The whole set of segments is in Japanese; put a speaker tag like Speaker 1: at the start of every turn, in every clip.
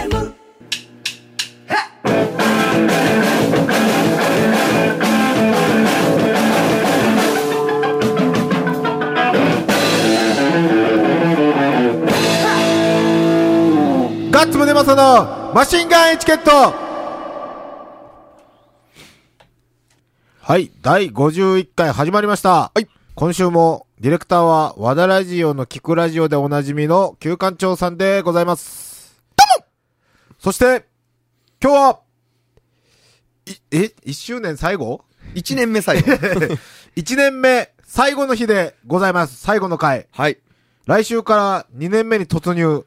Speaker 1: J-O-E-U-F-M
Speaker 2: ガッツムネマソのマシンガンエチケットはい、第51回始まりました。はい。今週も、ディレクターは、和田ラジオの聞くラジオでおなじみの、旧館長さんでございます。どうもそして、今日は、いえ、1周年最後
Speaker 3: 一年目 最後。
Speaker 2: ?1 年目、最後の日でございます。最後の回。
Speaker 3: はい。
Speaker 2: 来週から2年目に突入。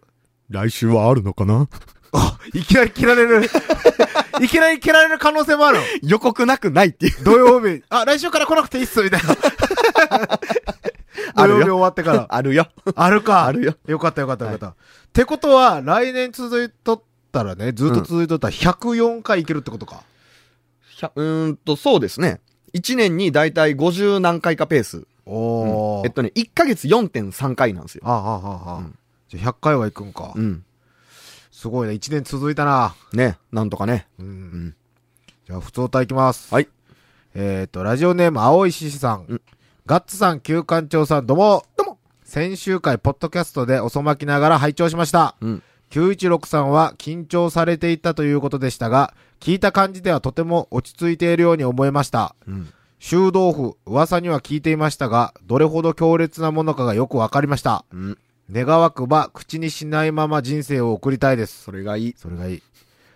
Speaker 3: 来週はあるのかな
Speaker 2: あ、いきなり切られる。 いきなり切られる可能性もある。
Speaker 3: 予告なくないっていう。
Speaker 2: 土曜日。あ、来週から来なくていいっす、み たいな。土
Speaker 3: あるよ
Speaker 2: 曜日終わってから。
Speaker 3: あるよ。
Speaker 2: あるか。
Speaker 3: あるよ。
Speaker 2: よかったよかったよかった。ってことは、来年続いとったらね、ずっと続いとったら104回いけるってことか。
Speaker 3: ひゃうーんと、そうですね。一年にだいたい50何回かペース。
Speaker 2: おー。
Speaker 3: えっとね、1ヶ月4.3回なんですよ。
Speaker 2: ああ、ああ、ああ。
Speaker 3: うん
Speaker 2: じゃあ100回はいくんか。
Speaker 3: うん。
Speaker 2: すごいね。1年続いたな。
Speaker 3: ね、なんとかね。
Speaker 2: うん。
Speaker 3: ん
Speaker 2: じゃあ、普通歌いきます。
Speaker 3: はい。
Speaker 2: えっ、と、ラジオネーム、青い獅子さん。
Speaker 3: うん
Speaker 2: ガッツさん、旧館長さん、どうも。
Speaker 3: どうも。
Speaker 2: 先週回、ポッドキャストで遅まきながら拝聴しました。
Speaker 3: うん。
Speaker 2: 916さんは緊張されていたということでしたが、聞いた感じではとても落ち着いているように思えました。
Speaker 3: うん。
Speaker 2: 修道府、噂には聞いていましたが、どれほど強烈なものかがよくわかりました。
Speaker 3: うん。
Speaker 2: 願わくば、口にしないまま人生を送りたいです。
Speaker 3: それがいい。
Speaker 2: それがいい。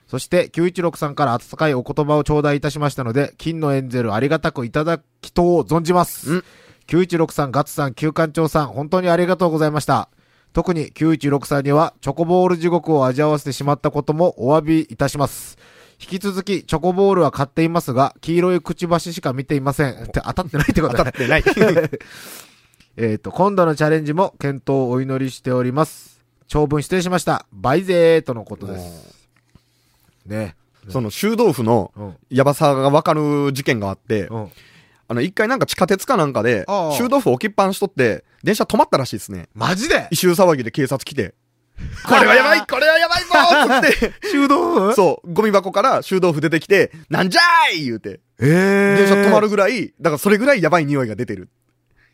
Speaker 2: そして、916さんから温かいお言葉を頂戴いたしましたので、金のエンゼルありがたくいただきとう存じます。
Speaker 3: うん
Speaker 2: 916さん、ガッツさん、旧館長さん、本当にありがとうございました。特に916さんには、チョコボール地獄を味わわせてしまったこともお詫びいたします。引き続き、チョコボールは買っていますが、黄色いくちばししか見ていません。って当たってないってこと
Speaker 3: 当た
Speaker 2: だ
Speaker 3: ってない。
Speaker 2: えっ、と、今度のチャレンジも検討をお祈りしております。長文失礼しました。バイゼーとのことです。ね。
Speaker 3: その、修道府の
Speaker 2: うん。
Speaker 3: やばさがわかる事件があって、
Speaker 2: うん。
Speaker 3: あの、一回なんか地下鉄かなんかで
Speaker 2: ああ、
Speaker 3: 修道府置きっぱなしとって、電車止まったらしいですね。
Speaker 2: マジで
Speaker 3: 異臭騒ぎで警察来て、これはや ばいこれはやばいぞーっつって、
Speaker 2: 修道
Speaker 3: そう、ゴミ箱から修道府出てきて、なんじゃーい言うて、
Speaker 2: ええ
Speaker 3: 電車止まる。ぐらい、だからそれぐらいやばい匂いが出てる。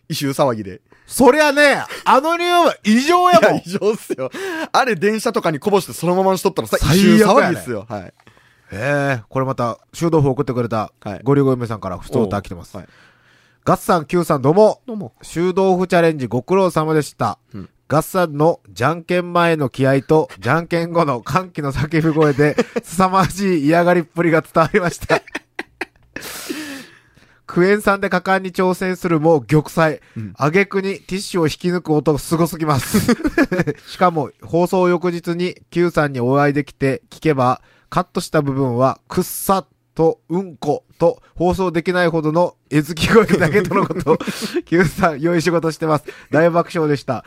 Speaker 3: 異臭騒ぎで。
Speaker 2: そりゃね、あの匂いは異常や
Speaker 3: いや
Speaker 2: もん。
Speaker 3: 異常っすよ。あれ電車とかにこぼしてそのままにしとったらさ、
Speaker 2: 最
Speaker 3: 異臭
Speaker 2: 悪や
Speaker 3: 騒
Speaker 2: ね
Speaker 3: ぎっすよ。はい。
Speaker 2: ええこれまた、修道府送ってくれた
Speaker 3: はい、
Speaker 2: ゴリゴリ梅さんから不登
Speaker 3: おう
Speaker 2: 歌来てます。
Speaker 3: はい
Speaker 2: ガッサン、キューさんどうも。
Speaker 3: どうも。
Speaker 2: 修道府チャレンジご苦労様でした。
Speaker 3: うん
Speaker 2: ガッサンのじゃんけん前の気合と、じゃんけん後の歓喜の叫び声 で、凄まじい嫌がりっぷりが伝わりました。クエン酸で果敢に挑戦するも玉砕。挙句にティッシュを引き抜く音すごすぎます。しかも、放送翌日に Q さんにお会いできて聞けば、カットした部分は、くっさと、うんこと、放送できないほどのえずき声だけとのこと。Q さん、良い仕事してます。大爆笑でした。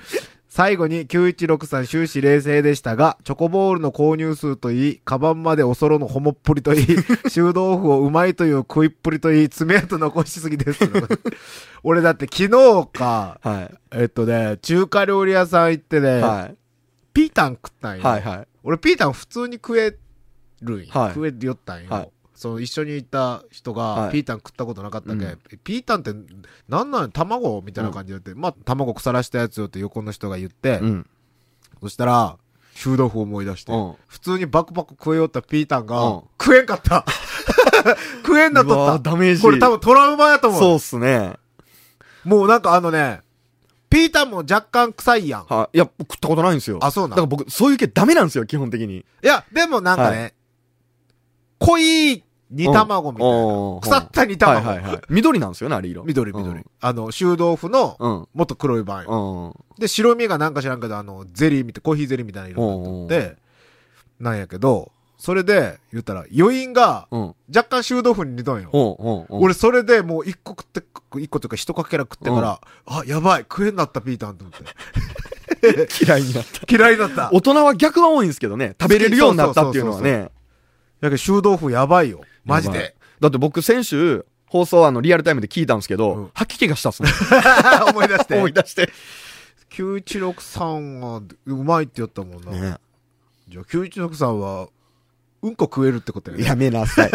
Speaker 2: 最後に916さん終始冷静でしたが、チョコボールの購入数といい、カバンまでおそろのほもっぷりといい、修道府をうまいという食いっぷりといい、爪痕残しすぎです。俺だって昨日か、
Speaker 3: は
Speaker 2: えっとね、中華料理屋さん行って
Speaker 3: い。
Speaker 2: ね、
Speaker 3: は
Speaker 2: ピータン食ったん
Speaker 3: い。
Speaker 2: よ。
Speaker 3: はい。はい。
Speaker 2: 俺ピータン普通に食えるんよ。
Speaker 3: はい
Speaker 2: 食えるよったんよ。
Speaker 3: はい
Speaker 2: その一緒に行った人が
Speaker 3: はい
Speaker 2: ピータン食ったことなかったけ、
Speaker 3: うん
Speaker 2: ピータンってなんなん卵みたいな感じで言って、まあ卵腐らしたやつよって横の人が言って、
Speaker 3: うん。
Speaker 2: そしたら、修道府思い出して、
Speaker 3: うん
Speaker 2: 普通にバクバク食えよったピータンが、
Speaker 3: うん
Speaker 2: 食えんか った。食えんなっ
Speaker 3: う
Speaker 2: と
Speaker 3: わ
Speaker 2: っ
Speaker 3: ー
Speaker 2: た。
Speaker 3: ダメージ。
Speaker 2: これ多分トラウマやと思う。
Speaker 3: そうっすね。
Speaker 2: もうなんかあのね、ピータンも若干臭いやん。
Speaker 3: はい。いや、食ったことないんですよ。
Speaker 2: あそうなん
Speaker 3: だから僕、そういう系ダメなんですよ、基本的に。
Speaker 2: いや、でもなんかね、濃い煮卵みたい
Speaker 3: うん
Speaker 2: な。
Speaker 3: うん
Speaker 2: 腐った煮
Speaker 3: はい
Speaker 2: 卵。
Speaker 3: はいはい。緑なんですよね、あれ色。
Speaker 2: 緑緑。あの、修道府の、
Speaker 3: うん。うん。
Speaker 2: もっと黒い版よ。
Speaker 3: うん。
Speaker 2: で、白身がなんか知らんけど、あの、ゼリーみたい、コーヒーゼリーみたいな色になっとって、なんやけど、それで、言ったら、余韻が、
Speaker 3: うん。
Speaker 2: 若干修道府に似たんよ。
Speaker 3: うん。うん。うん
Speaker 2: 俺、それでもう一個食って、一個というか一かけら食ってから、あ、やばい、食えんなった、ピータンと思っ
Speaker 3: 嫌いになった。
Speaker 2: て。嫌いだった。
Speaker 3: 大人は逆は多いんですけどね、食べれるようになったっていうのは
Speaker 2: そう
Speaker 3: ね。
Speaker 2: だけど、修道府やばいよ。マジで。。
Speaker 3: だって僕先週、放送あの、リアルタイムで聞いたんですけど、
Speaker 2: うん
Speaker 3: 吐き気がしたっすね。
Speaker 2: 思い出して。
Speaker 3: 思い出して。
Speaker 2: 916さんは、うまいって言ったもんな。
Speaker 3: ね
Speaker 2: じゃあ、916さんは、うんこ食えるってことやね。
Speaker 3: やめなさい。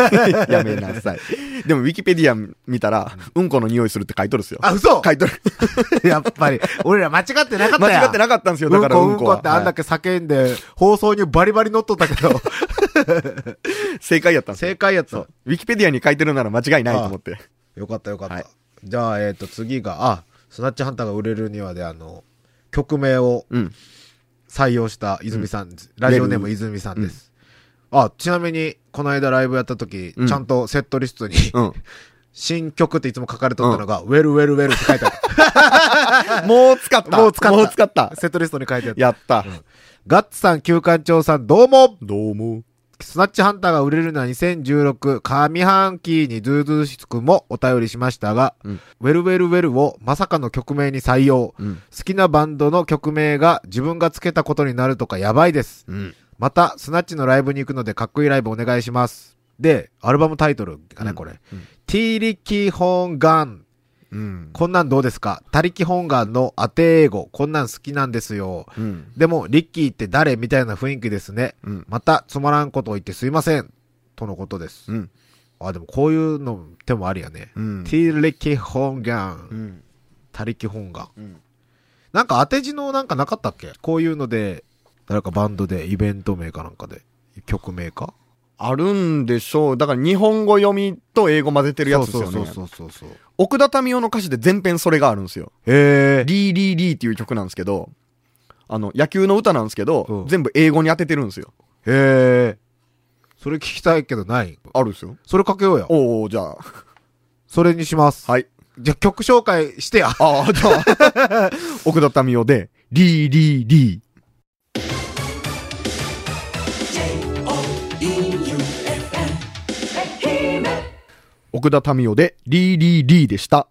Speaker 3: やめなさい。でも、ウィキペディア見たら、うんこの匂いするって書いとるっすよ。
Speaker 2: あ、嘘
Speaker 3: 書いとる。
Speaker 2: やっぱり。俺ら間違ってなかったやん
Speaker 3: 間違ってなかったんですよ、
Speaker 2: う
Speaker 3: だ
Speaker 2: ん
Speaker 3: から
Speaker 2: こ
Speaker 3: う
Speaker 2: うんん
Speaker 3: こ
Speaker 2: こ
Speaker 3: は。
Speaker 2: ってあんだけ叫んで、放送にバリバリ乗っとったけど、
Speaker 3: はい正解やったんです よ
Speaker 2: 正解やっ
Speaker 3: そう
Speaker 2: た。
Speaker 3: ウィキペディアに書いてるなら間違いないと思って。
Speaker 2: よかったよかった。
Speaker 3: はい
Speaker 2: じゃあ、えっ、と、次が、あ、スナッチハンターが売れるにはで、あの、曲名を
Speaker 3: うん。採
Speaker 2: 採用した泉さん、ラジオネーム泉さんです。あ、ちなみに、この間ライブやった時、
Speaker 3: うん
Speaker 2: ちゃんとセットリストに、
Speaker 3: うん。
Speaker 2: 新曲っていつも書かれとったのが、ウェルウェルウェルって書いてあった。
Speaker 3: もう使った。
Speaker 2: もう使った
Speaker 3: もう使った。
Speaker 2: セットリストに書いてあった。
Speaker 3: やった。
Speaker 2: ガッツさん、旧館長さん、どうも
Speaker 3: どうも。
Speaker 2: スナッチハンターが売れるのは2016上半期にズーズーしくもお便りしましたが、
Speaker 3: うん
Speaker 2: ウェルウェルウェルをまさかの曲名に採用。
Speaker 3: うん。
Speaker 2: 好きなバンドの曲名が自分がつけたことになるとかやばいです。
Speaker 3: うん。
Speaker 2: また、スナッチのライブに行くのでかっこいいライブお願いします。で、アルバムタイトルかね、
Speaker 3: うん
Speaker 2: これ。
Speaker 3: うん
Speaker 2: ティーリキホンガン。
Speaker 3: うん。
Speaker 2: こんなんどうですか他力本願の当て英語。こんなん好きなんですよ。
Speaker 3: うん。
Speaker 2: でも、リッキーって誰みたいな雰囲気ですね。
Speaker 3: うん。
Speaker 2: またつまらんことを言ってすいません。とのことです。
Speaker 3: うん。
Speaker 2: あ、でもこういうの手もありやね。
Speaker 3: うん
Speaker 2: ティリキ本
Speaker 3: う
Speaker 2: 願。
Speaker 3: ん。
Speaker 2: 他力本願。
Speaker 3: うん。
Speaker 2: なんか当て字のなんかなかったっけこういうので、誰かバンドで、イベント名かなんかで、曲名か
Speaker 3: あるんでしょう。だから日本語読みと英語混ぜてるやつですよね。
Speaker 2: そうそうそうそうそう。
Speaker 3: 奥田民生の歌詞で全編それがあるんですよ。
Speaker 2: へえ。
Speaker 3: リーリーリーっていう曲なんですけど、あの、野球の歌なんですけど、
Speaker 2: うん
Speaker 3: 全部英語に当ててるんですよ。
Speaker 2: へえ。それ聞きたいけどない。
Speaker 3: あるんですよ。
Speaker 2: それかけようや。
Speaker 3: おー、じゃあ、
Speaker 2: それにします。
Speaker 3: はい。
Speaker 2: じゃあ曲紹介してや。
Speaker 3: ああ、じゃあ、奥田民生で、リーリーリー。奥田民生で、リーリーリーでした。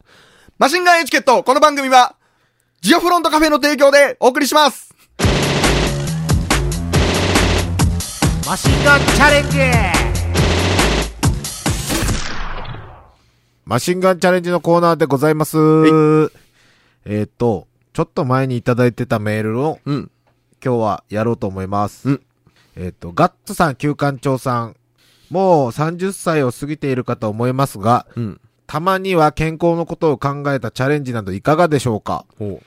Speaker 3: マシンガンエチケット、この番組は、ジオフロントカフェの提供でお送りします
Speaker 2: マシンガンチャレンジマシンガンチャレンジのコーナーでございます。えっ、と、ちょっと前にいただいてたメールを
Speaker 3: うん。
Speaker 2: 今日はやろうと思います。
Speaker 3: うん
Speaker 2: えっ、と、ガッツさん、旧館長さん、もう30歳を過ぎているかと思いますが、
Speaker 3: うん。
Speaker 2: たまには健康のことを考えたチャレンジなどいかがでしょうか
Speaker 3: ほ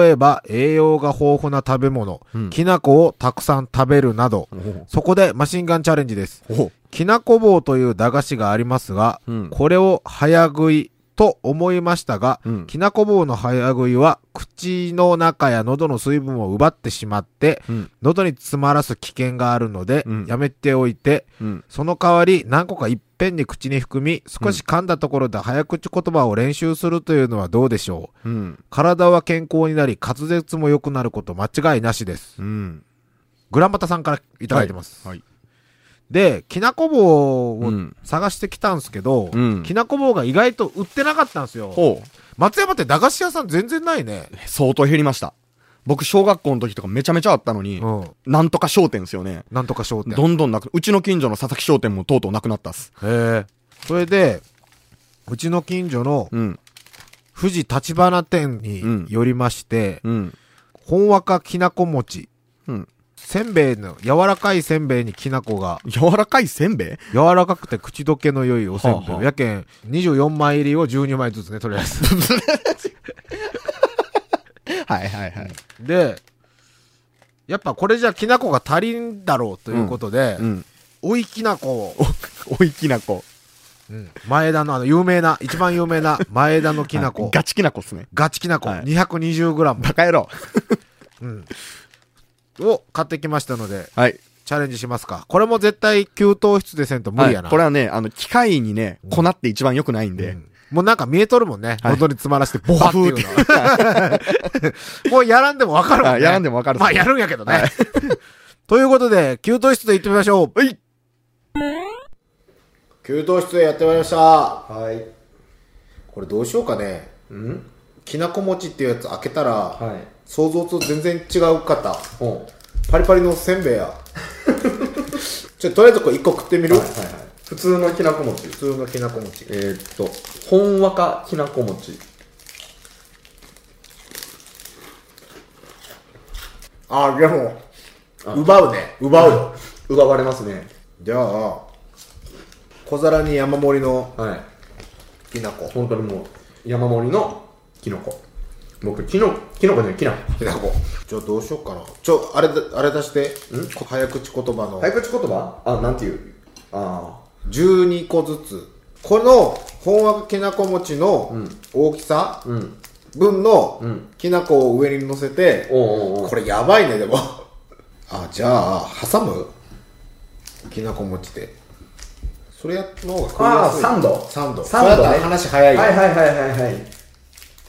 Speaker 2: 例えば、栄養が豊富な食べ物、
Speaker 3: うん
Speaker 2: きな粉をたくさん食べるなど、
Speaker 3: う。ほ
Speaker 2: そこでマシンガンチャレンジです。
Speaker 3: う。ほ
Speaker 2: きなこ棒という駄菓子がありますが、
Speaker 3: う。うん。
Speaker 2: これを早食いと思いましたが、
Speaker 3: うん
Speaker 2: きなこ棒の早食いは口の中や喉の水分を奪ってしまって、
Speaker 3: うん。
Speaker 2: 喉に詰まらす危険があるので、
Speaker 3: うん
Speaker 2: やめておいて、
Speaker 3: うん。
Speaker 2: その代わり何個かいっぺんに口に含み、少し噛んだところで早口言葉を練習するというのはどうでしょう。
Speaker 3: うん。
Speaker 2: 体は健康になり、滑舌も良くなること間違いなしです。
Speaker 3: うん。
Speaker 2: グランパタさんからいただいてます。
Speaker 3: はい。
Speaker 2: で、きなこ棒を
Speaker 3: うん
Speaker 2: 探してきたんですけど、
Speaker 3: うん
Speaker 2: きなこ棒が意外と売ってなかったんですよ。
Speaker 3: ほう。
Speaker 2: 松山って駄菓子屋さん全然ないね。
Speaker 3: 相当減りました。僕、小学校の時とかめちゃめちゃあったのに、
Speaker 2: うん。
Speaker 3: なんとか商店ですよね。
Speaker 2: なんとか商店。
Speaker 3: どんどんなく、うちの近所の佐々木商店もとうとうなくなったっす。
Speaker 2: へえ。それで、うちの近所の
Speaker 3: うん。
Speaker 2: 富士立花店に寄りまして、
Speaker 3: うん。
Speaker 2: ほんわかきなこ餅。
Speaker 3: うん。
Speaker 2: せんべいの、柔らかいせんべいにきなこが、
Speaker 3: 柔らかいせんべい
Speaker 2: 柔らかくて口どけの良いおせんべい。
Speaker 3: はあはあ
Speaker 2: やけん、24枚入りを12枚ずつね、とりあえず。
Speaker 3: はいはいはい。
Speaker 2: で、やっぱこれじゃきなこが足りんだろうということで、
Speaker 3: うん。
Speaker 2: おいきなこを、
Speaker 3: お、おいきなこ。
Speaker 2: うん前田のあの有名な、一番有名な前田のきな
Speaker 3: はい
Speaker 2: こ、
Speaker 3: ガチきなこっすね。
Speaker 2: ガチきなこ
Speaker 3: はい
Speaker 2: 220g、
Speaker 3: バカ野郎。
Speaker 2: うん、を買ってきましたので、
Speaker 3: はい。
Speaker 2: チャレンジしますか。これも絶対給湯室でせんと無理やな。
Speaker 3: はいこれはね、あの、機械にね、粉って一番良くないん
Speaker 2: う
Speaker 3: で。
Speaker 2: んもうなんか見えとるもんね。
Speaker 3: はい
Speaker 2: 喉に詰まらせてボハっていうの はもうやらんでもわかるもん
Speaker 3: あ
Speaker 2: ね。
Speaker 3: やらんでもわかるっす
Speaker 2: まあやるんやけどね。
Speaker 3: は
Speaker 2: ということで、給湯室で行ってみましょう。
Speaker 3: はい。
Speaker 2: 給湯室へやってまいりましたはいこれどうしようかね
Speaker 3: うん
Speaker 2: きなこ餅っていうやつ開けたら、
Speaker 3: い。
Speaker 2: 想像と全然違うかった
Speaker 3: ほ
Speaker 2: パリパリのせんべいや ちょとりあえずこれ一個食ってみる、
Speaker 3: いはい。普通のきなこ餅。
Speaker 2: 普通のきなこ餅
Speaker 3: えーっと、ほんわかきなこ餅。
Speaker 2: ああ、でも、奪うね。奪うよ。
Speaker 3: 奪われますね。
Speaker 2: じゃあ、小皿に山盛りの
Speaker 3: はい。
Speaker 2: きなこ。
Speaker 3: 本当にもう、山盛りのキノコ。僕、キノ、キノコじゃない、キナコ。
Speaker 2: きなこ。ちょ、どうしようかな。ちょ、あれだ、あれ出して、ん早口言葉の
Speaker 3: 早口言葉あ、なんていう。あ
Speaker 2: 12個ずつ。この、本枠きなこ餅の大きさ
Speaker 3: あ。うん。
Speaker 2: 分の
Speaker 3: うん
Speaker 2: きなこを上に乗せて、
Speaker 3: おうおうおう
Speaker 2: これやばいね、でも。 あ、じゃあ、挟むきなこ餅で。それやった方が食いやすい。
Speaker 3: あーサンド
Speaker 2: サンド。
Speaker 3: サンドね
Speaker 2: そうやったら話早いよ。
Speaker 3: はいはいはいはいはい。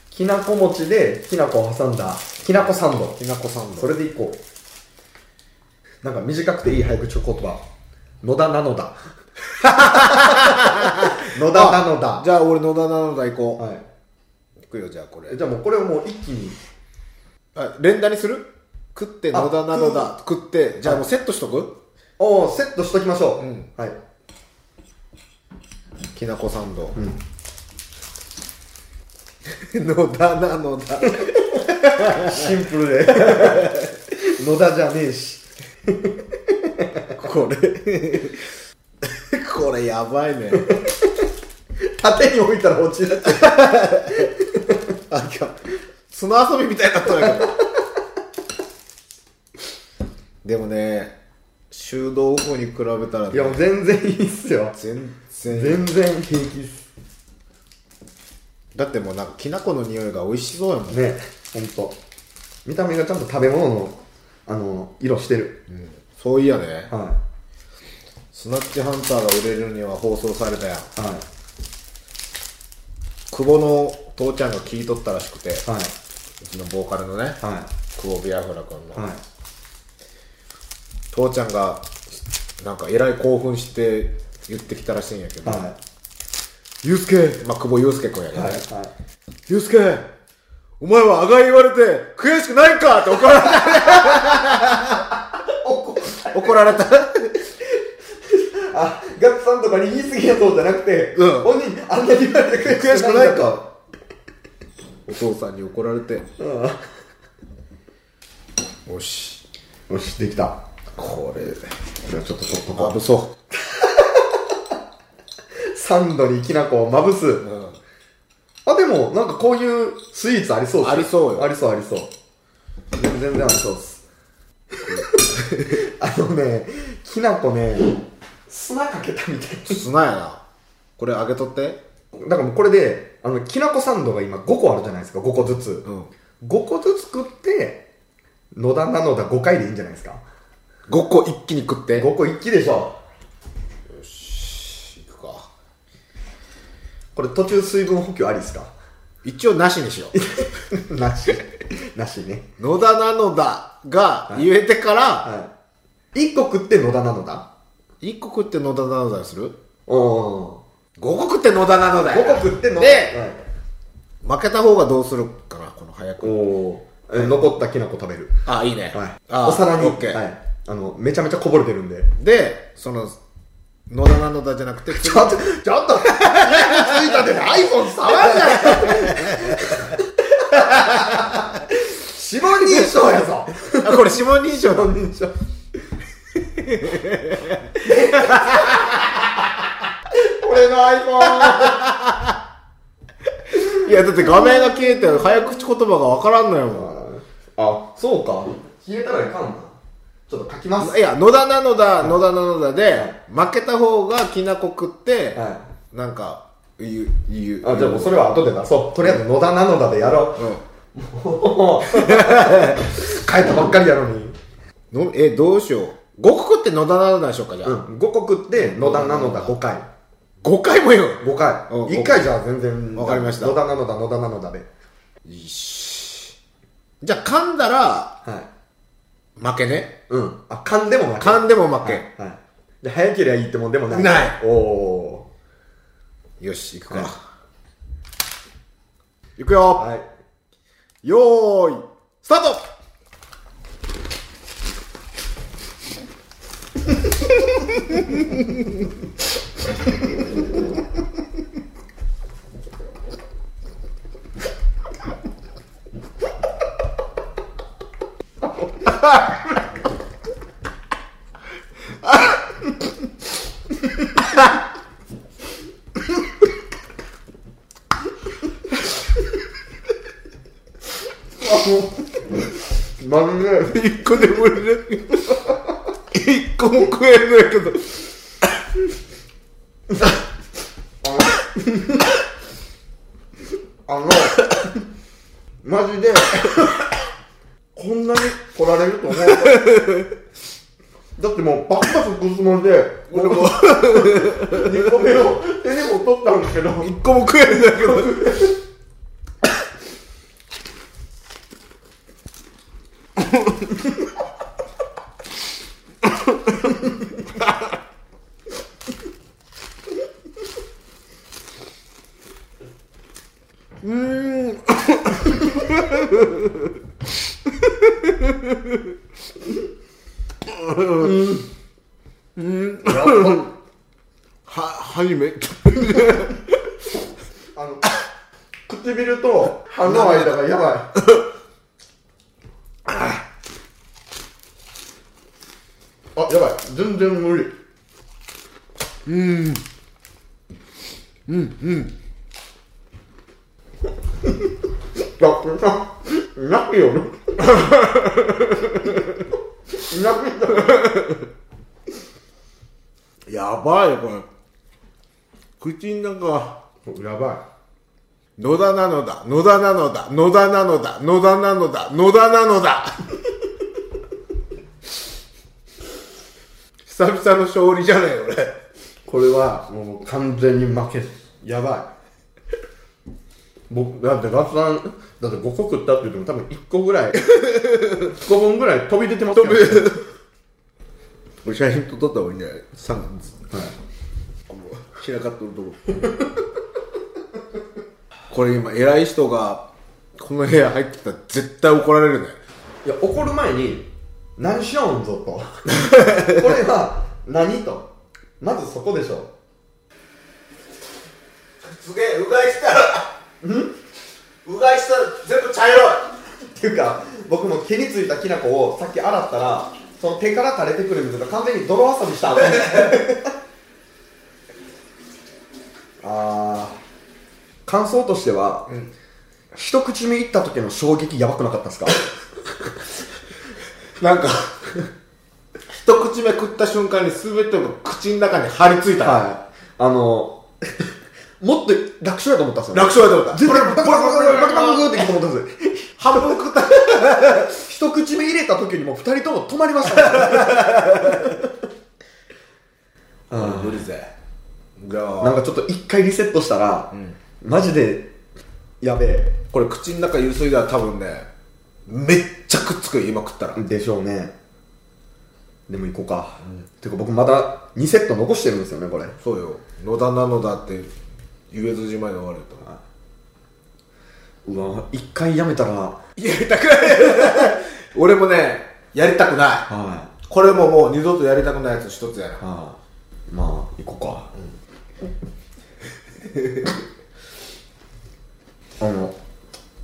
Speaker 3: きなこ餅できなこを挟んだ、きなこサンド。
Speaker 2: きなこサンド。
Speaker 3: それでいこう。なんか短くていい早口言葉。野田なのだ。野田なのだ。
Speaker 2: じゃあ俺野田なのだ行こう。
Speaker 3: はい
Speaker 2: 行くよ、じゃあこれ
Speaker 3: え。じゃあもうこれをもう一気に。
Speaker 2: あ、連打にする食って野田なのだ。
Speaker 3: あ
Speaker 2: 食って、じゃあもうセットしとく
Speaker 3: おおセットしときましょう。
Speaker 2: うん
Speaker 3: はい。
Speaker 2: きなこサンド。 野田なのだ。
Speaker 3: シンプルで。野田じゃねえし。
Speaker 2: これ。 これやばいね。
Speaker 3: 縦に置いたら落ちる。
Speaker 2: あ、いや、砂遊びみたいになったんやけど。 でもね、修道法に比べたら、
Speaker 3: いやもう全然いいっすよ。
Speaker 2: 全然。
Speaker 3: 全然平気っす。
Speaker 2: だってもうなんかきなこの匂いが美味しそうやもん。
Speaker 3: ねほんと。見た目がちゃんと食べ物の、あの、色してる。
Speaker 2: うんそういやね。
Speaker 3: は
Speaker 2: スナッチハンターが売れるには放送されたやん。
Speaker 3: い。はい。
Speaker 2: 久保の父ちゃんが聞いとったらしくて、う
Speaker 3: はい。
Speaker 2: ちのボーカルのね、
Speaker 3: はい。
Speaker 2: 久保ビアフラ君の、
Speaker 3: はい。
Speaker 2: 父ちゃんが、なんかえらい興奮して言ってきたらしいんやけど、
Speaker 3: は
Speaker 2: ユウスケ、まあ、久保ユウスケ君やけ
Speaker 3: い。
Speaker 2: ど
Speaker 3: はい。
Speaker 2: ね、
Speaker 3: はい。
Speaker 2: ユウスケ、お前はあがい言われて悔しくないんかって怒られ た。怒られた。
Speaker 3: あ、ガクさんとかに言い過ぎやそうじゃなくて、
Speaker 2: うん
Speaker 3: 本人にあんなに言われて
Speaker 2: 悔しくないか。お父さんに怒られて、
Speaker 3: う
Speaker 2: よし、
Speaker 3: ん。よし、できた。
Speaker 2: これ、
Speaker 3: じゃあちょっと取っと
Speaker 2: ま
Speaker 3: こ。
Speaker 2: ぶそう
Speaker 3: サンドにきな粉をまぶす
Speaker 2: う。。うん
Speaker 3: あ、でも、なんかこういうスイーツありそうっすね
Speaker 2: ありそうよ
Speaker 3: ありそう、ありそう。全然ありそうっす。 あのね、きなこね、砂かけたみたい
Speaker 2: 砂やな。これあげとって。
Speaker 3: な。だからもうこれで、あの、きなこサンドが今5個あるじゃないですか、5個ずつ。
Speaker 2: うん。
Speaker 3: 5個ずつ食って、野田なのだ5回でいいんじゃないですか。
Speaker 2: 5個一気に食って。
Speaker 3: 5個一気でしょ。
Speaker 2: いくか。
Speaker 3: これ途中水分補給ありですか
Speaker 2: 一応なしにしよう。
Speaker 3: なし。なしね。
Speaker 2: 野田なのだが言えてから、
Speaker 3: はい。1個食って野田なのだ。
Speaker 2: 1個食って野田なのだにする
Speaker 3: うん。
Speaker 2: ?5 個食って野田なのだ
Speaker 3: 5
Speaker 2: よ。
Speaker 3: 個食って野田。
Speaker 2: で、
Speaker 3: はい
Speaker 2: 負けた方がどうするかな、この早く。
Speaker 3: おー残ったきな粉食べる、
Speaker 2: あ、いいね。
Speaker 3: はい、
Speaker 2: あ
Speaker 3: お皿に、
Speaker 2: オッケー
Speaker 3: はい、あのめちゃめちゃこぼれてるんで
Speaker 2: で、その、野田なのだじゃなくて、
Speaker 3: ちょっとちょっとついたで iPhone 触ん なよ指紋認証や
Speaker 2: あ、
Speaker 3: ぞ
Speaker 2: これ指紋認証だ。
Speaker 3: 指 紋認証俺の iPhone
Speaker 2: いや、だって画面が消えて早口言葉がわからんのよ、も
Speaker 3: あそうか消えたらいかんなちょっと書きます
Speaker 2: う。いや、野田なのだ、野田なのだで、負けた方がきなこ食って、
Speaker 3: はい
Speaker 2: なんか、言う、言う。
Speaker 3: あ、じゃあもうそれは後で出そう。とりあえず野田なのだでやろう。もう帰ったばっかりやのに。
Speaker 2: うん。のえ、どうしよう。5個食って野田なのだでしょうか、じゃ
Speaker 3: う
Speaker 2: あ。
Speaker 3: ん。5個食って野田なのだ5回。
Speaker 2: 5回も言う。
Speaker 3: 5回。
Speaker 2: うん
Speaker 3: 1回じゃあ全然。
Speaker 2: わかりました
Speaker 3: 野田なのだ、野田なのだで。
Speaker 2: じゃあ噛んだら、
Speaker 3: はい。
Speaker 2: 負けね。
Speaker 3: うん。あ、噛んでも負け。
Speaker 2: 噛んでも負け。
Speaker 3: はい。はいで、早けりゃいいってもんでもない。
Speaker 2: ない。
Speaker 3: おお
Speaker 2: よし、行くか。、
Speaker 3: はい
Speaker 2: くよ、
Speaker 3: ー。はい。
Speaker 2: よーい、スタート
Speaker 3: なんで一個でも入れ 一個も食えないけど。あ の、あの、マジで、こんなに来られると思う。だってもう、バクバク食うつもりで、俺 も、2個目を手にも取ったんですけど、
Speaker 4: 一個も食えないんだけど。
Speaker 3: は、はいめ、あの、唇と歯の間がやばい。あ、やばい。全然無理。うん。うん、うん。だってな、泣くよね。泣くよ。
Speaker 2: やばい、これ。口の中、
Speaker 3: やば
Speaker 2: 野田なのだ、野田なのだ、野田なのだ、野田なのだ、野田なのだ。 久々の勝利じゃない、俺。
Speaker 3: い。これは、もう完全に負けです。やばい。僕、だってガツさん、だって5個食ったって言っても多分1個ぐらい、5本ぐらい飛び出てますよ、ね。
Speaker 2: 俺写真撮った方がいいんじゃないサンはい。散らかっとるとこ。 これ今、偉い人が、この部屋入ってきたら絶対怒られるね。
Speaker 3: いや、怒る前に、何しようんぞと。これは、何と。まずそこでしょ。
Speaker 2: すげえ、うがいしたら、んうがいしたら全部茶色い。
Speaker 3: っていうか、僕も毛についたきな粉をさっき洗ったら、その手から垂れてくる水が完全に泥遊びしたの。あー、感想としては、一口目いった時の衝撃やばくなかったですか
Speaker 2: なんか、一口目食った瞬間に全ての口の中に張り付いた。
Speaker 3: はい。あの、もっと楽勝やと思ったんですよ、ね。
Speaker 2: 楽勝やと思った。
Speaker 3: 全
Speaker 2: こ
Speaker 3: 然
Speaker 2: れ
Speaker 3: バカバカバカバカバカって聞くと思ったんですよ。
Speaker 2: 半分食った。
Speaker 3: 一口目入れた時にもう二人とも止まりましたね、
Speaker 2: 無理ぜ。じ
Speaker 3: な
Speaker 2: ゃ
Speaker 3: ん
Speaker 2: あ、
Speaker 3: かちょっと一回リセットしたら、マジでやべえ
Speaker 2: これ口の中ゆすいだら多分ね、めっちゃくっつくよ、今食ったら。
Speaker 3: でしょうねでも行こうか、ていうか僕まだ2セット残してるんですよねこれ
Speaker 2: そうよ。野田なのだって、言えずじまいで終わると。
Speaker 3: うわ一回やめたらはい
Speaker 2: ややりたくない 俺もね、やりたくない。
Speaker 3: は
Speaker 2: これももう二度とやりたくないやつ一つやな。
Speaker 3: まあ行こうか、あの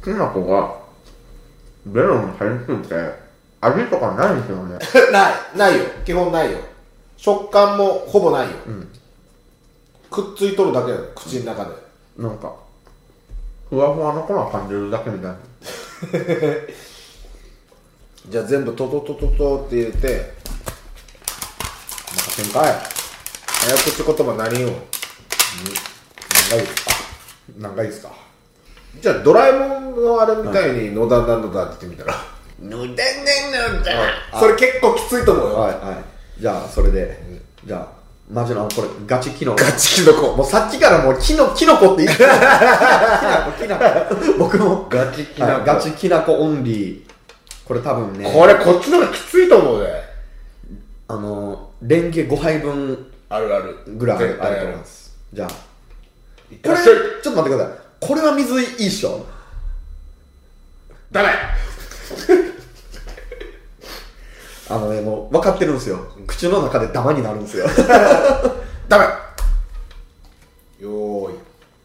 Speaker 3: きな粉がベロに入りすぎて味とかないんですよね
Speaker 2: ない、ないよ。基本ないよ。食感もほぼないよ。くっついとるだけだよ、口の中で。
Speaker 3: なんかふわふわの粉感じるだけみたいな
Speaker 2: じゃあ全部トトトトトって入れて、ませんかい。早口言葉何をん何がいいですか何がいいですかじゃあドラえもんのあれみたいに野田なんのだって言ってみたら。野田なんのだそれ結構きついと思うよ。
Speaker 3: はいはいじゃあそれで、じゃあマジのこれガチキノコ
Speaker 2: ガチキノコ。
Speaker 3: もうさっきからもうキノキノコって言ってるキノコキノコ僕も
Speaker 2: ガチキノコ
Speaker 3: はいガチキノコオンリーこれ多分ね
Speaker 2: これこっちの方がきついと思うで。
Speaker 3: あのレンゲ5杯分
Speaker 2: あるある。
Speaker 3: ぐらいある
Speaker 2: 絶
Speaker 3: と
Speaker 2: 対
Speaker 3: 思
Speaker 2: あ
Speaker 3: い
Speaker 2: る
Speaker 3: ますじゃあこ
Speaker 2: こ
Speaker 3: れ
Speaker 2: れ
Speaker 3: ちょっと待ってくださいこれは水いいっしょ
Speaker 2: ダメ
Speaker 3: あのねもう分かってるんですよ口の中でダマになるん ですよ
Speaker 2: ダメよーい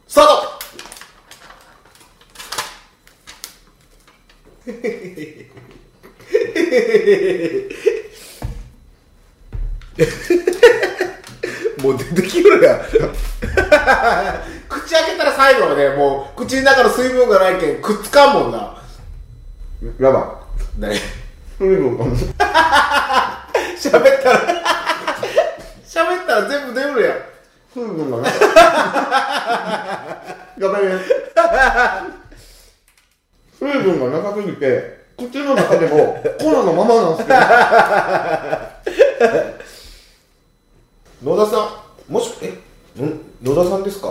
Speaker 2: スタートもう出てきよるやん口開けたら最後はねも う口の中の水分がないけんくっつかんもんな
Speaker 3: やば
Speaker 2: ね
Speaker 5: 海君かも
Speaker 6: 喋ったら喋ったら全部出るやん
Speaker 5: 海君かな頑張れね海君が長すぎて口の中でもコロのままなんですけど
Speaker 6: 野田さんもしえん野田さんですか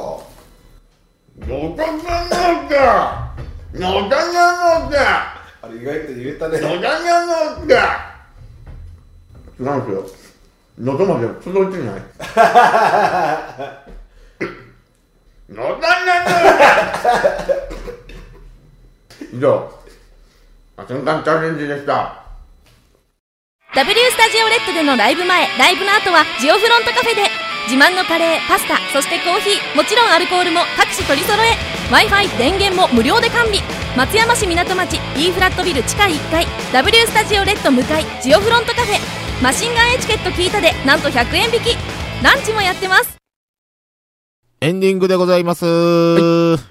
Speaker 5: 野田なのだ野田なのだ
Speaker 6: あれ意外と言えたね
Speaker 5: 野田なのだ違うんですよ喉まで届いてない野田なのだ以上アテンカンチャレンジでした。
Speaker 7: W スタジオレッドでのライブ前、ライブの後はジオフロントカフェで自慢のカレー、パスタ、そしてコーヒー、もちろんアルコールも各種取り揃え Wi-Fi、電源も無料で完備松山市港町 E フラットビル地下1階 W スタジオレッド向かいジオフロントカフェマシンガンエチケット聞いたでなんと100円引きランチもやってます
Speaker 2: エンディングでございます。す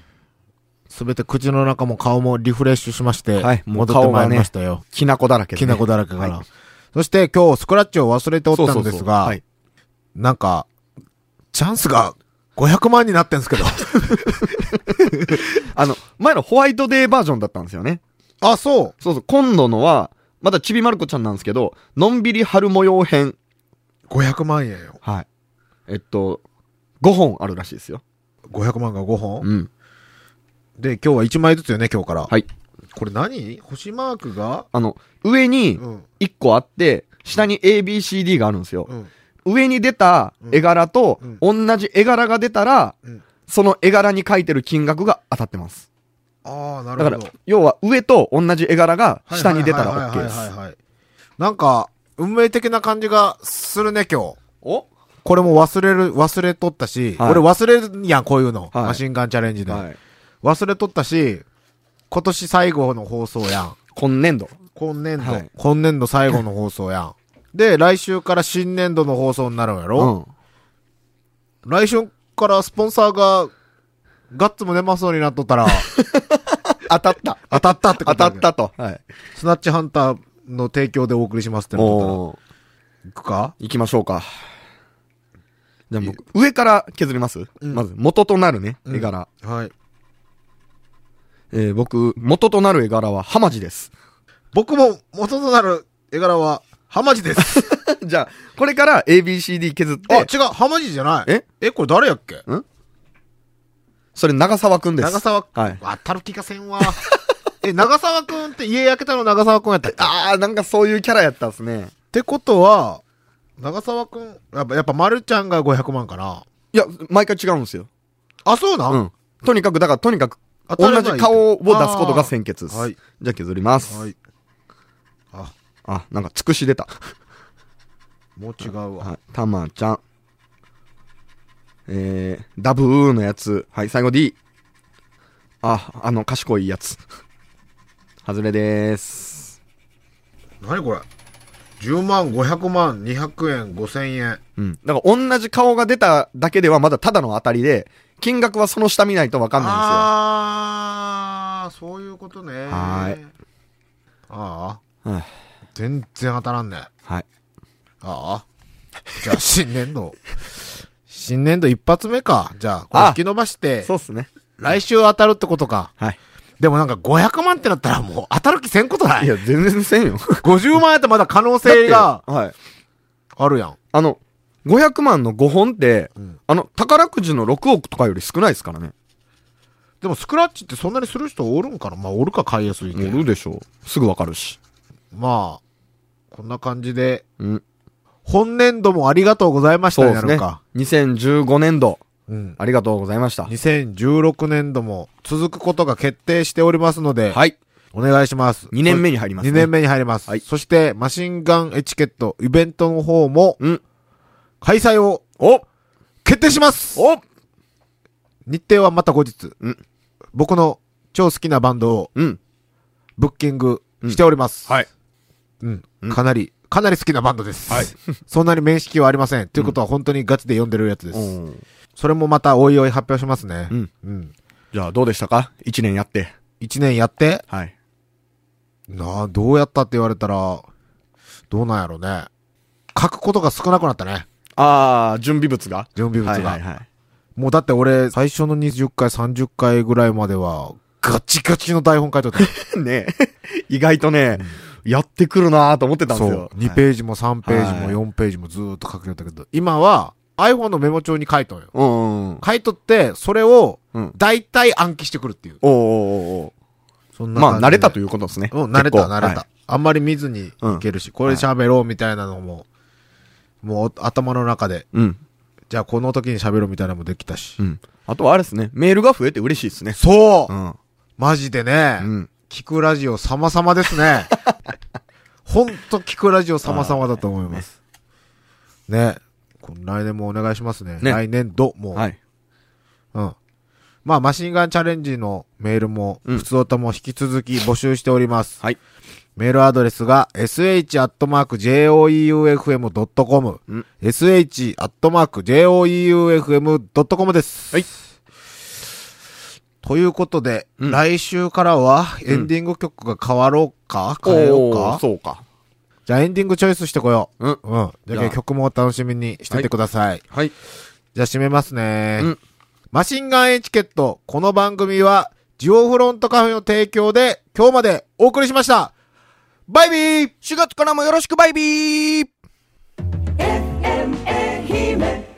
Speaker 2: べて口の中も顔もリフレッシュしまして、
Speaker 3: はいもう
Speaker 2: 戻ってまいりましたよ。
Speaker 3: きなこだらけで
Speaker 2: き
Speaker 3: ね、
Speaker 2: なこだらけから。
Speaker 3: はい
Speaker 2: そして今日スクラッチを忘れておっ
Speaker 3: そう
Speaker 2: た
Speaker 3: そ
Speaker 2: ん
Speaker 3: うそう
Speaker 2: ですが、
Speaker 3: はい
Speaker 2: なんか、チャンスが500万になってんです けど。
Speaker 3: あの、前のホワイトデーバージョンだったんですよね。
Speaker 2: あ、そう。
Speaker 3: そうそう、今度のは、まだちびまる子ちゃんなんですけど、のんびり春模様編。
Speaker 2: 500万円よ。
Speaker 3: はい。えっと、5本あるらしいですよ。
Speaker 2: 500万が5本、
Speaker 3: うん。
Speaker 2: で、今日は1枚ずつよね、今日から。
Speaker 3: はい。
Speaker 2: これ何星マークが
Speaker 3: あの、上に
Speaker 2: うん。
Speaker 3: 1個あって、下に ABCD があるんですよ
Speaker 2: う。ん。
Speaker 3: 上に出た絵柄と、同じ絵柄が出たら
Speaker 2: うん、
Speaker 3: その絵柄に書いてる金額が当たってます。
Speaker 2: ああ、なる
Speaker 3: だ
Speaker 2: ほ
Speaker 3: か
Speaker 2: ど
Speaker 3: ら。、要は上と同じ絵柄が
Speaker 2: はい
Speaker 3: 下に出たら
Speaker 2: はい
Speaker 3: OK で
Speaker 2: はいはい
Speaker 3: す。
Speaker 2: はいはい。なんか、運命的な感じがするね、今日。
Speaker 3: お
Speaker 2: これも忘れる、忘れとったし、
Speaker 3: はい
Speaker 2: 俺忘れるやん、こういうの。
Speaker 3: はい
Speaker 2: マシンガンチャレンジで、
Speaker 3: はい。
Speaker 2: 忘れとったし、今年最後の放送やん。
Speaker 3: 今年度。
Speaker 2: 今年度、
Speaker 3: はい
Speaker 2: 今年度最後の放送やん。で、来週から新年度の放送になるんや
Speaker 3: う
Speaker 2: ろ、
Speaker 3: ん。
Speaker 2: 来週からスポンサーが、ガッツも出ますようになっと ったら、
Speaker 3: 当たった。
Speaker 2: 当たったってこと
Speaker 3: 当た
Speaker 2: や
Speaker 3: っ
Speaker 2: ね
Speaker 3: たと。はい。
Speaker 2: スナッチハンターの提供でお送りしますってなっとったら、
Speaker 3: おー
Speaker 2: 行くか
Speaker 3: 行きましょうか。じゃあ僕、上から削ります、まず、元となるね、絵柄。
Speaker 2: はい。
Speaker 3: えー僕、元となる絵柄は、ハマ ジです。
Speaker 2: 僕も元となる絵柄は、ハマジ です。
Speaker 3: じゃあ、これから ABCD 削っ
Speaker 2: あ、違
Speaker 3: て、
Speaker 2: う、ハマジじゃない。
Speaker 3: え
Speaker 2: え、これ誰やっけ
Speaker 3: それ長沢くんです。
Speaker 2: 長沢くん、
Speaker 3: はい
Speaker 2: 当たる気がせんわ。え、長沢くんって家焼けたの長沢くんやったっけっ
Speaker 3: あー、なんかそういうキャラやったんすね。
Speaker 2: てことは、長沢くん、やっぱ、やっぱ丸ちゃんが500万かな。
Speaker 3: いや、毎回違うんですよ。
Speaker 2: あ、そうなん、
Speaker 3: うん。とにかく、だからとにかく、
Speaker 2: 当たれば
Speaker 3: 同
Speaker 2: いい
Speaker 3: じ顔を出すことが先決です。
Speaker 2: あーはい
Speaker 3: じゃあ削ります。
Speaker 2: はい。
Speaker 3: あ、なんかつくし出た。
Speaker 2: もう違うわ。
Speaker 3: はい。たまちゃん。えー、ダブーのやつ。はい、最後 D。あ、あの、賢いやつ。外れでーす。
Speaker 2: 何これ ?10 万、500万、200円、5000円。
Speaker 3: うん。だから、同じ顔が出ただけではまだただの当たりで、金額はその下見ないとわかんな
Speaker 2: あー、そういうことね。
Speaker 3: は
Speaker 2: あ
Speaker 3: ーい。いんですよ。
Speaker 2: あ、全然当たらんね。
Speaker 3: はい。はい。
Speaker 2: ああ。じゃあ、新年度。新年度一発目か。じゃあ、これ引き伸ばして
Speaker 3: そう、っすね。
Speaker 2: 来週当たるってことか。
Speaker 3: はい。
Speaker 2: でもなんか500万ってなったらもう当たる気せんことないい
Speaker 3: や、全然せんよ。
Speaker 2: ?50 万やったらまだ可能性が
Speaker 3: はい。
Speaker 2: あるやん。
Speaker 3: あの、500万の5本って、
Speaker 2: ん
Speaker 3: あの、宝くじの6億とかより少ないですからね。
Speaker 2: でもスクラッチってそんなにする人おるんかなまあおるか買いやすいけ
Speaker 3: もう
Speaker 2: ど。
Speaker 3: るでしょう。すぐわかるし。
Speaker 2: まあ、こんな感じで、
Speaker 3: うん。
Speaker 2: 本年度もありがとうございまし
Speaker 3: そう
Speaker 2: た
Speaker 3: で
Speaker 2: や
Speaker 3: す
Speaker 2: ろ
Speaker 3: ね
Speaker 2: うか。。
Speaker 3: 2015年度、
Speaker 2: うん。
Speaker 3: ありがとうございました。
Speaker 2: 2016年度も続くことが決定しておりますので、
Speaker 3: はい。
Speaker 2: お願いします。
Speaker 3: 2年目に入ります、ね。
Speaker 2: 2年。目に入ります。
Speaker 3: はい
Speaker 2: そして、マシンガンエチケット、イベントの方も、
Speaker 3: うん
Speaker 2: 開催を
Speaker 3: お
Speaker 2: 決定します
Speaker 3: お
Speaker 2: 日程はまた後日、
Speaker 3: うん
Speaker 2: 僕の超好きなバンドを
Speaker 3: うん。
Speaker 2: ブッキングしております。
Speaker 3: はい。
Speaker 2: うん。
Speaker 3: うん
Speaker 2: かなり、かなり好きなバンドです。
Speaker 3: はい
Speaker 2: そんなに面識はありません。ということは本当にガチで読んでるやつです。
Speaker 3: うん。
Speaker 2: それもまたおいおい発表しますね。
Speaker 3: うん。
Speaker 2: うん。
Speaker 3: じゃあ、どうでしたか ?1 年やって。
Speaker 2: 1年やって、
Speaker 3: はい。なあ、どうやったって言われたら、どうなんやろうね。書くことが少なくなったね。
Speaker 8: ああ、準備物が
Speaker 3: 準備物が。
Speaker 8: はいはいはい。
Speaker 3: もうだって俺、最初の20回、30回ぐらいまでは、ガチガチの台本書いとった。
Speaker 8: ねえ 意外とね、やってくるなーと思ってたんで
Speaker 3: そ
Speaker 8: す
Speaker 3: う
Speaker 8: よ。。
Speaker 3: 2ページも3ページ
Speaker 8: は
Speaker 3: も
Speaker 8: い
Speaker 3: 4ページもずーっと書くようだったけど、今は iPhone のメモ帳に書いとんよ。
Speaker 8: うんうん。
Speaker 3: 書いとって、それを
Speaker 8: うん、
Speaker 3: 大体暗記してくるっていう。
Speaker 8: おーおーおー
Speaker 3: そん
Speaker 8: おーまあ、慣れたと
Speaker 3: いう。
Speaker 8: いうことですね。
Speaker 3: うん、慣れた、
Speaker 8: 結構
Speaker 3: 慣れ
Speaker 8: は
Speaker 3: た。あんまり見ずにいけるし、これ喋ろうみたいなのも、もう頭の中で、
Speaker 8: いうん。
Speaker 3: じゃあこの時に喋ろうみたいなのもできたし
Speaker 8: う。ん。あとはあれですね、メールが増えて嬉しいですね。。
Speaker 3: そううんマジでね
Speaker 8: う、ん。
Speaker 3: 聞くラジオ様々ですね。ほんと聞くラジオ様々だと思います。ね。この来年もお願いしますね。
Speaker 8: ね
Speaker 3: 来年度も。
Speaker 8: はい。
Speaker 3: うん。まあ、マシンガンチャレンジのメールも、
Speaker 8: うん
Speaker 3: 普通とも引き続き募集しております。
Speaker 8: はい。
Speaker 3: メールアドレスが sh.joeufm.com、
Speaker 8: ん
Speaker 3: sh.joeufm.com です。
Speaker 8: はい。
Speaker 3: ということで、
Speaker 8: うん
Speaker 3: 来週からはエンディング曲が変わろうか、変えよう
Speaker 8: おー
Speaker 3: か
Speaker 8: そうか。
Speaker 3: じゃあエンディングチョイスしてこよう。
Speaker 8: うん
Speaker 3: うん。じ
Speaker 8: じ
Speaker 3: ゃ
Speaker 8: ゃ
Speaker 3: あ
Speaker 8: あ
Speaker 3: 曲もお楽しみにしててください。
Speaker 8: はい。
Speaker 3: じゃあ締めますね。
Speaker 8: うん
Speaker 3: マシンガンエチケット、この番組は、ジオフロントカフェの提供で、今日までお送りしました。バイビー
Speaker 8: !4 月からもよろしくバイビー
Speaker 1: FME